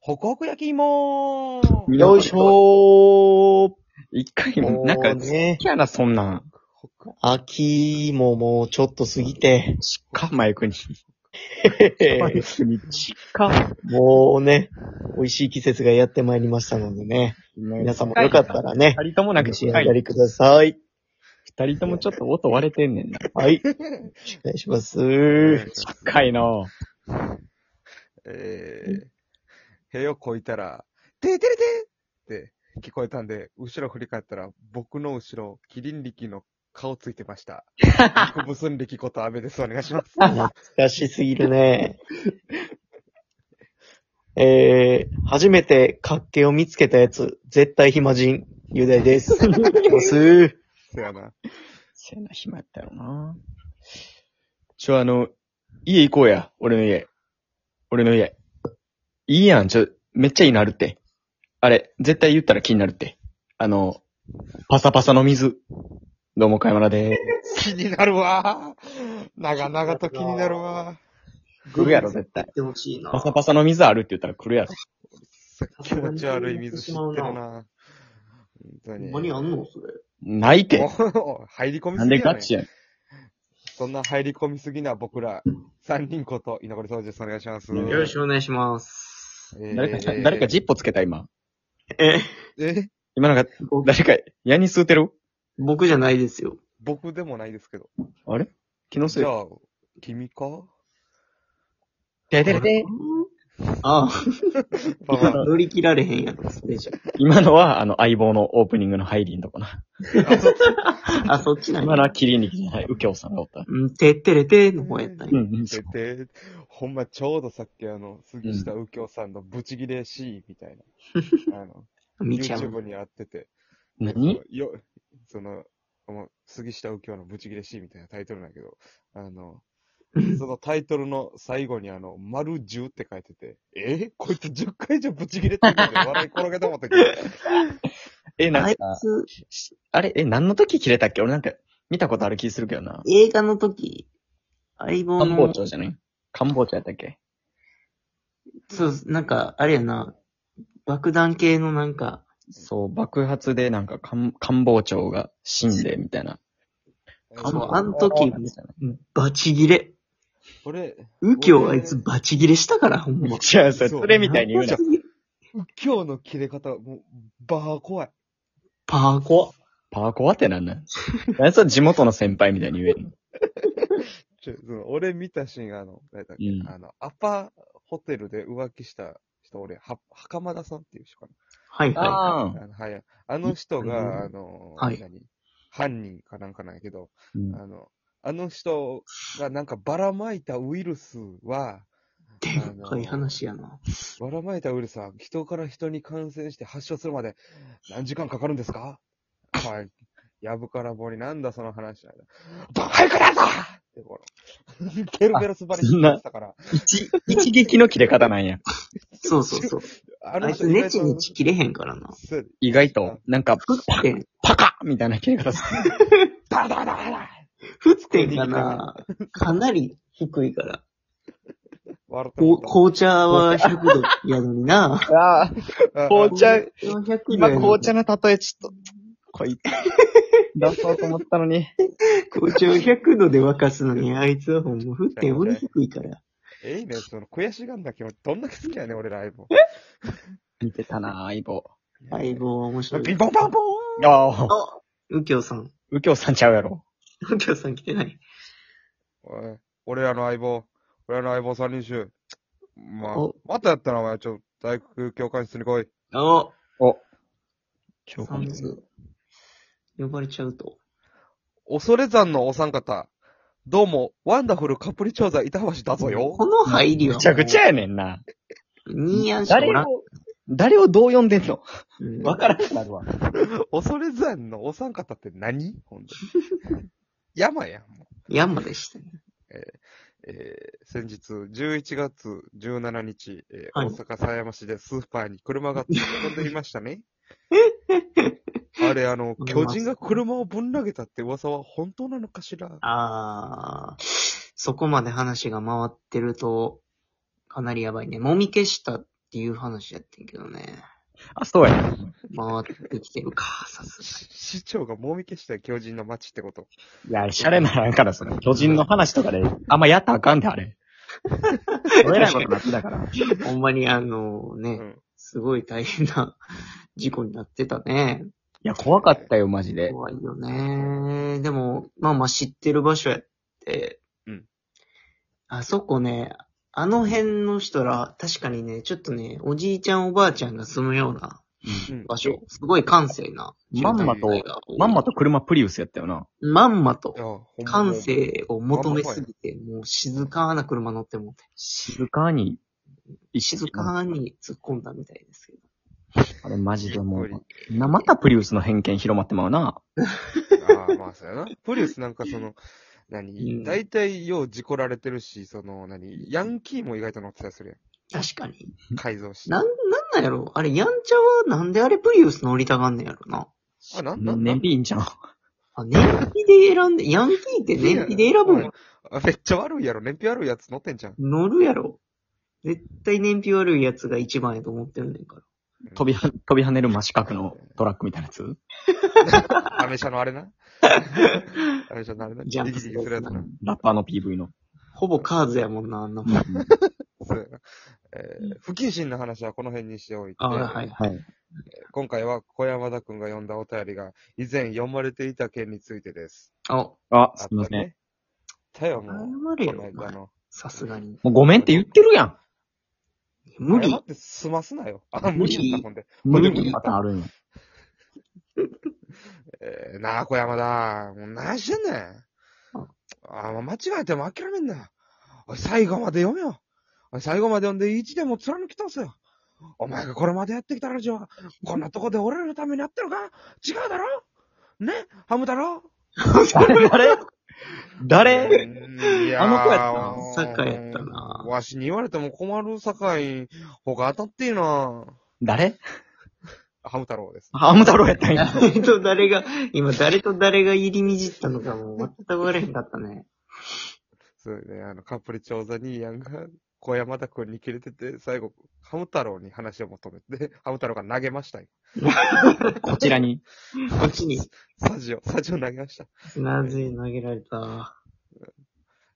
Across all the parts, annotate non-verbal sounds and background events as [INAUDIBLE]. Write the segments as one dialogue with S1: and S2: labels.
S1: ホクホク焼き芋
S2: よいしょー。
S3: 一回も、なん
S2: も
S3: か、
S2: う
S3: 好
S2: ね、
S3: きやな、そんなん。
S2: 秋ももうちょっと過ぎ [LAUGHS] て、
S3: しっか、マイクに。マイクに、しっか。
S2: もうね、美味しい季節がやってまいりましたのでね、皆
S3: 皆
S2: さんもよかった。らね、
S3: 二人ともなんか、
S2: お
S3: しっか
S2: や
S3: り。
S2: りください。
S3: 二人ともちょっと音割れてんねんな。
S2: はい。お願いします。
S3: しっかいの。
S4: えー、塀を越えたら、てーてれてーって聞こえたんで、後ろ振り返ったら、僕の後ろ、キリン力の顔ついてました。僕ブスン力こと阿部です。お願いします。
S2: 懐かしすぎるね。えー、初めて活気を見つけたやつ、絶対暇人、雄大 [LAUGHS] です。いきます。
S4: せやな。
S3: せやな、暇やったよな。ちょ、あの、家行こうや。俺の家。俺の家。いいやん、ちょ、めっちゃいいのあるって。あれ、絶対言ったら気になるって。あの、パサパサの水。どうも、かやまらでー
S4: 気
S3: す。
S4: になるわー。長々と気になるわ
S3: 来るやろ、絶対。
S2: てほしいな
S3: パサパサの水あるって言ったら来るやろ。
S4: ー。気持ち悪い水知ってるな。本当に。
S2: あんのそれ。
S3: ないって。
S4: お入り込み
S3: な
S4: す
S3: ん
S4: ぎ
S3: で
S4: や
S3: ガ
S4: ね
S3: チやねん。
S4: そんな入り込みすぎな僕ら、三人こと、稲森総司です。お願いします。
S3: よろし
S2: お願いします。
S4: えー
S3: 誰かしゃ、誰かジッポつけた、今。
S2: え、
S4: え
S3: 今なんか、誰か、ヤニ吸うてる
S2: 僕じゃないですよ。
S4: 僕でもないですけど。
S3: あれ気のせい
S4: じゃ。あ、君か
S3: でででで
S2: あ
S4: パパ
S2: 乗り切られへんやろ、ステージ。
S3: 今のは、あの、相棒のオープニングの入りんとこな。
S2: あ、そっちなん
S3: 今
S2: や
S3: のはキリン力じゃない、右京さんがおった。
S2: うん、てってれての方やったん
S3: うん
S2: や。
S3: うん、そ
S4: 出
S3: う
S4: て、ほんまちょうどさっきあの、杉下右京さんのブチギレシーンみたいな。 [LAUGHS] あの、
S2: 見ちゃう。
S4: YouTube にあってて。
S3: 何
S4: よその、もう杉下右京のブチギレシーンみたいなタイトルなんやけど、あの、そのタイトルの最後にあの、丸10って書いてて、えこいつ10回以上ブチギレってんので笑い転げた思ったけど、
S3: え、な
S2: あ
S3: ん
S2: い
S3: か、
S2: つ、
S3: しあれ、え、何の時切れたっけ俺なんか、見たことある気するけどな。
S2: 映画の時、相棒
S3: 官房
S2: の、
S3: 長じゃない官房長やったっけ
S2: そう、なんか、あれやな、爆弾系のなんか、
S3: そう、爆発でなんか官、官房長が死んで、みたいな。
S4: そ
S2: あ
S4: う
S2: の、あの時、バチギレ。
S4: 俺、
S2: 右京あいつバチギレしたから、ほんま。
S3: 違う、それ、それみたいに言うな。
S4: 右京の切れ方、もう、バー怖い。
S2: パーコ。
S3: パワコアってなん [LAUGHS] なん何それ地元の先輩みたいに言えるの
S4: ちょその俺見たシーンがあの、誰だっけ、
S3: うん
S4: あの、アパホテルで浮気した人、俺、は、袴田さんっていう人か
S2: はいは
S3: あ
S4: な。あの、はい。あの人
S2: うん
S4: が、あの、
S2: はい
S4: 何犯人かなんかなんやけど、
S3: ーうん
S4: あの、あの人がなんかばらまいたウイルスは、
S2: い。でっかい話やな。
S4: ばらまいたウイルスは人から人に感染して発症するまで何時間かかるんですかはい。やぶからぼになんだその話なんだ。バカいくだぞってこの、ケルベロスバリ
S3: そんな
S4: したから、
S3: 一、一撃の切れ方なんや。
S2: そうそうそう。
S4: あ
S2: あい
S4: 人
S2: つネチネチ切れへんからな。
S4: そう
S3: 意外と、なんか、
S2: 降ってん、
S3: パカッみたいな切れ方する。
S4: バカバカバカバカ
S2: 降ってんかな。かなり低いから。
S4: 笑って
S2: こ
S4: も
S2: う紅茶は100度やのにな。
S3: ああ、
S4: うた
S3: 紅茶、
S2: 紅茶は100度
S3: 今
S2: やのに
S3: 紅茶の例えちょっと、こい、出そうと思ったのに。
S2: 紅茶を100度で沸かすのに、あいつはほんま沸点折り低いから。
S4: えいね、その悔しがんだ気持ち、どんだけ好きやねん、俺ライブ。
S3: 見てたな、相棒。
S2: 相棒は面白
S4: ピ
S2: い
S4: ン。ポンパンポーン
S3: ああ、
S2: あ右京さん。 [LAUGHS]
S3: 右京さんちゃうやろ。
S2: 右京さん来てない。
S4: おい、俺らの相棒、俺らの相棒三人衆。まあ
S2: お、
S4: またやったな、お前、ちょ、大学教官室に来い。
S2: あ
S3: お。
S2: あ、
S3: 今
S2: さんず。呼ばれちゃうと。
S4: 恐山のお三方、どうも、ワンダフルカプリチョーザ板橋だぞよ。
S2: この入りは
S3: ぐち、ゃぐちゃやねんな。
S2: ニーヤンしか
S3: 誰
S2: おらん。
S3: を、誰をどう呼んでんの
S2: うん
S3: わからなくなるわ。
S4: 恐山のお三方って何ほんと [LAUGHS] に。山やん。
S2: ヤンマでしたね。
S4: えー先日、11月17日、えー
S2: はい
S4: 大阪狭山市でスーパーに車が突っ込んでいましたね。
S2: [LAUGHS]
S4: あれ、あの、巨人が車をぶん投げたって噂は本当なのかしら
S2: ああ、そこまで話が回ってると、かなりやばいね。もみ消したっていう話やってんけどね。
S3: あ、そうやな。
S2: 回ってきてるか、さす
S4: し市長がもみ消した巨人の街ってこと。
S3: いや、シャレならんから、それ。巨人の話とかで、あんまやったらあかんで、あれ。 [LAUGHS] 俺らのことなってたから。
S2: がに。ほんまにあの
S4: う
S2: ね、
S4: ん。
S2: すごい大変な事故になってたね。
S3: いや、怖かったよ、マジで。
S2: 怖いよね。でも、まあまあ知ってる場所やって。
S4: うん
S2: あそこね、あの辺の人ら、確かにね、ちょっとね、おじいちゃんおばあちゃんが住むような
S4: うん
S2: 場所。すごい閑静な。
S3: まんまと、まんま。と車プリウスやったよな。
S2: まんまと
S4: あ、。ほんま
S2: 感。性を求めすぎて、もう静かな車乗っても、
S3: 静かに、
S2: 静かに突っ込んだみたいですけど。
S3: あれ、マジでも
S4: ゆっく
S3: う、な、またプリウスの偏見広まってまうな。
S4: ああ、まあそうやな。プリウスなんかその、
S2: [LAUGHS] うん
S4: 何大体よう事故られてるし、その、何ヤンキーも意外と乗ってたりする
S2: 確かに。
S4: やん。改造して。
S2: なん、なんなんやろあれ、やんちゃはなんであれプリウス乗りたがんねやろな。
S4: あ、なんなんな
S3: 燃
S4: ん
S3: 費いいんじゃん。
S2: あ、燃費で選んで、ヤンキーって燃費で選ぶ
S4: いや
S2: ん
S4: あめっちゃ悪いやろ。燃費悪いやつ乗ってんじゃん。
S2: 乗るやろ。絶対燃費悪いやつが一番やと思ってるねんから。
S3: 飛びは、飛び跳ねる真四角のトラックみたいなやつ
S4: アメ車のあ
S2: [LAUGHS]
S4: れな。アメ車のあれな。
S2: ジャンプ
S4: ギリギリするやつな。
S3: ラッパーの PV の。
S2: ほぼカーズやもんな、あんなもん。
S4: そうやな。えー不謹慎な話はこの辺にしておいて。
S2: あ、はいはい。
S3: はい。
S4: 今回は小山田くんが読んだお便りが、以前読まれていた件についてです。
S2: あ、
S4: あ
S3: あ、す
S4: った
S3: みません。
S4: ね。たよ、もう。
S2: 謝れよ
S4: こ、の間の
S2: さすがに。
S3: もうごめんって言ってるやん。
S2: 無
S4: 謝
S2: 理
S4: っ。て済ますなよ。あ、無理言ったもんで。
S3: 無理パターンあるんや。
S4: えー、なあ、小山田。もう何してんねん。あ、間違えても諦めんな。おい最後まで読めよ。おい最後まで読んで一でも貫き通せよ。お前がこれまでやってきたラジオは、こんなとこで俺らのためにやってるか違うだろねハム太郎
S3: 誰誰誰
S4: うんいやー
S3: あの子やった
S2: な坂やったな
S4: わしに言われても困る堺、他当たっていいな
S3: 誰
S4: ハム太郎です。
S3: ハム太郎やったんや。
S2: 誰と誰が、今誰と誰が入りみじったのかもう全く分からへんかっ
S4: [LAUGHS]
S2: たね。
S4: そうね、あの、カップル調査に、ヤンが、小山田くんに切れてて、最後、ハム太郎に話を求めて、 [LAUGHS] ハム太郎が投げましたよ。
S3: こちらに。
S2: こっちに、
S4: サジオ、サジオ投げました。
S2: なぜ投げられ
S4: [LAUGHS]
S2: た。 [LAUGHS]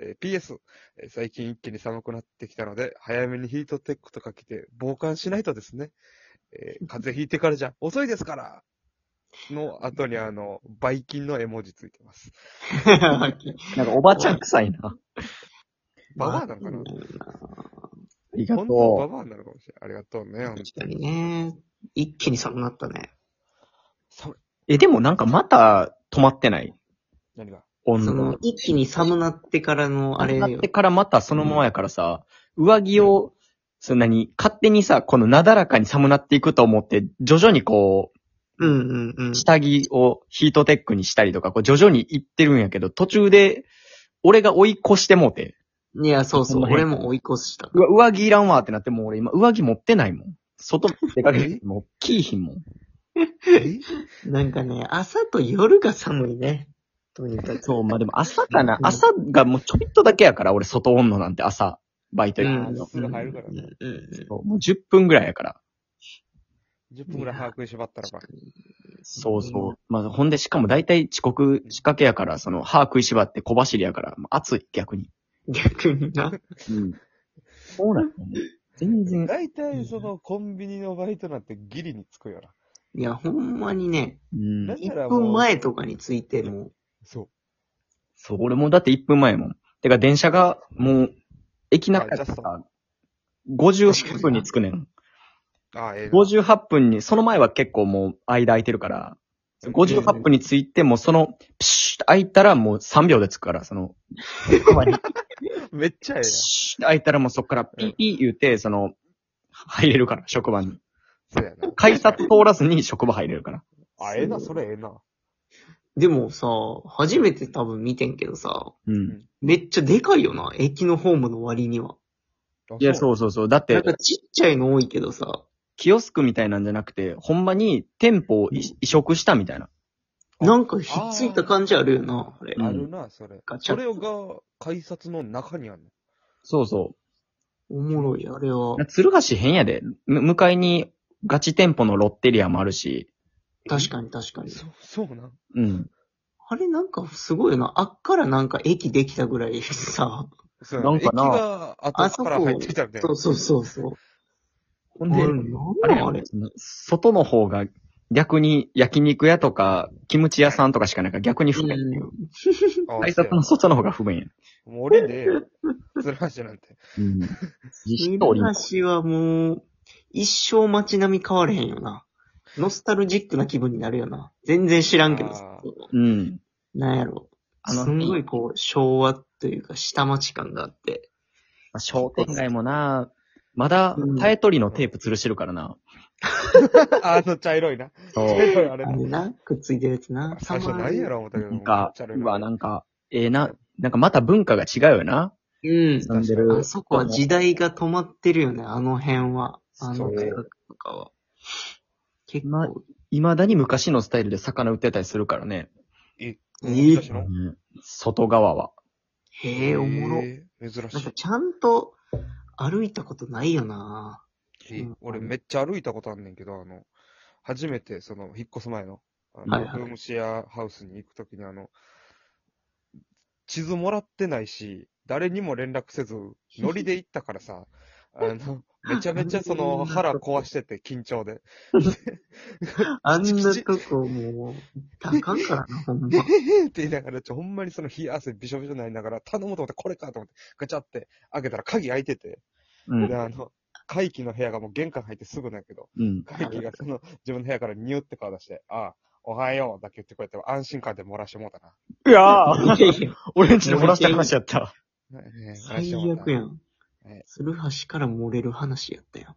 S4: えー PS、えー最近一気に寒くなってきたので、早めにヒートテックとか着て、防寒しないとですね。えー風邪ひいてからじゃ遅いですからの後にあの、バイキンの絵文字ついてます。
S3: なんかおばちゃん臭いな。
S4: ババアなのかな
S3: ありが
S4: 本当はバ
S3: と。
S4: バアになのかもしれない。ありがとうね。ほんと
S2: 確かにね。一気に寒くなったね。
S4: 寒いう
S3: え、でもなんかまた止まってない
S4: 何が
S3: 温
S2: その
S3: 度、。
S2: 一気に寒なってからのあれ
S3: なっ
S2: よ
S3: て。からまたそのままやからさ、上着を、そんなに、勝手にさ、このなだらかに寒なっていくと思って、徐々にこ
S2: うんうんうん
S3: う、。下着をヒートテックにしたりとか、こう徐々にいってるんやけど、途中で、俺が追い越してもうて、
S2: いや、そうそう。
S3: この
S2: 俺
S3: 辺
S2: も追い越した。
S3: うわ、上着いらんわってなって、もう俺今、上着持ってないもん。外出かけて、 [LAUGHS] もう、着いひんもん。
S4: え
S2: なんかね、朝と夜が寒いね。とにかく。
S3: そう、まあ、でも朝かな
S2: う。ん
S3: 朝がもうちょびっとだけやから、俺外温度なんて朝、バイト行く
S2: うん
S3: の
S4: すぐ入るから
S2: うん
S4: ね。
S2: うんうん。
S3: もう10分ぐらいやから。
S4: 10分ぐらい早く縛ったらば。
S3: そうそうう。まあ、ほんで、しかも大体遅刻仕掛けやから、その、歯食いしばって小走りやから、もう暑い、逆に。
S2: 逆にな。
S3: うん。そうなの全
S4: [LAUGHS]
S3: 然。
S4: 大体そのコンビニのバイトなんてギリにつくよな。
S2: いや、ほんまにね、
S3: うん
S4: だ。から
S2: 1
S4: もう
S2: 分前とかについても、
S4: そう。
S3: そう、俺もだって1分前やもん。てか、電車が、もう、駅中
S4: あジャスト
S3: が、58分に着くねん。
S4: ああ、ええな。
S3: 58分に、その前は結構もう、間空いてるから、58分に着いて、もうその、ピシュッと空いたらもう3秒で着くから、その、
S4: めっちゃええ
S3: ピシュッと空いたらもうそっからピーピー言うて、その、入れるから、職場に。
S4: [LAUGHS] な。そうやな。
S3: 改札通らずに職場入れるから。
S4: あ、ええな、それええな。
S2: でもさ、初めて多分見てんけどさ、
S3: うん。
S2: めっちゃでかいよな、駅のホームの割には。
S3: いや、
S4: う。
S3: そうそうそう。だっ
S2: なん
S3: て、
S2: かちっちゃいの多いけどさ、
S3: キオスクみたいなんじゃなくて、ほんまに店舗を移移植したみたいな。
S2: なんかひっついた感じあるよな、あれ。
S3: うん
S4: あるな、それ
S2: ガ。チャ
S4: それが、改札の中にあるの。
S3: そうそ
S2: おもろい、あれは。
S3: 鶴橋変やで。む向かいにガチ店舗のロッテリアもあるし。
S2: 確かに確かに。
S4: そう、そうなん。
S3: うん。
S2: あれなんかすごいよな。あっからなんか駅できたぐらい [LAUGHS] さ。
S4: そうやね
S3: なんかな
S4: 駅が
S2: あ
S4: 後か
S2: そこ
S4: ら入ってきたみたいな
S2: そう。そうそうそう。あ
S3: ほんで、
S2: れなん
S3: あ
S2: な
S3: れ
S2: んあ
S3: あ
S2: れ [LAUGHS]
S3: れ。外の方が逆に焼肉屋とか、キムチ屋さんとかしかなんか逆に不便。
S2: うん
S4: あ
S3: 改
S4: そうや
S3: 札
S4: な
S3: の外の方が不便や。
S4: もう俺でええやん、鶴橋なんて。
S3: うん。実おりん
S2: 昔はもう、一生街並み変われへんよな。ノスタルジックな気分になるよな。全然知らんけど
S4: あ
S2: さ。
S3: うん。
S2: なんやろ。
S3: あの
S2: すんごいこう、昭和というか下町感があって。
S3: 商店街もな、まだ、タエ取りのテープ吊るしてるからな。
S4: あの茶色い [LAUGHS] な。
S3: そ
S4: 茶色いあれ
S2: あ
S4: な。
S2: れな、くっついてるやつな。
S4: 最初
S2: たま
S4: 何
S2: に
S4: やろ思ったけど。
S3: なんか
S4: 茶、色いうの
S3: わ、なんか、ええな、なんかまた文化が違うよな。
S2: うん。
S3: 住んでる。
S2: あそこは時代が止まってるよね、あの辺は。あの
S3: そう
S2: 大学とかは。結構、
S3: ま未だに昔のスタイルで魚売ってたりするからね。
S2: え
S4: 珍しいの
S3: 外側は。
S2: へえ、おもろ。
S4: えー珍
S2: なん
S4: し
S2: か
S4: い。
S2: ちゃんと歩いたことないよな
S4: えー俺めっちゃ歩いたことあんねんけど、あの、初めてその、引っ越す前の、あの、
S2: はいはい
S4: ルームシェアハウスに行くときにあの、地図もらってないし、誰にも連絡
S2: [LAUGHS]
S4: せず、ノリで行ったからさ、あの、めちゃめちゃその、腹壊してて緊張
S2: [LAUGHS]
S4: で。
S2: あんなとこもう、高んから [LAUGHS] な、ほん
S4: え
S2: ま。
S4: へへって言いながら、ちょ、ほんまにその冷や汗びしょびしょになりながら、頼もうと思って、これかと思って、ガチャって開けたら鍵開いてて、
S3: うん
S4: で、。あの、会期の部屋がもう玄関入ってすぐなんやけど、
S3: うん。
S4: 会期がそ
S2: [LAUGHS]
S4: の、自分の部屋からニューって顔出して、ああ、おはようだけ言ってこうやって安心感で漏らしてもうた
S3: [LAUGHS] いやー、
S2: [LAUGHS] いやいや
S3: 俺んちの漏らした話やった。
S4: な。ねえ漏らして
S2: 最
S4: もうた
S2: 悪やん
S4: ええ。
S2: 鶴橋から漏れる話やったよ。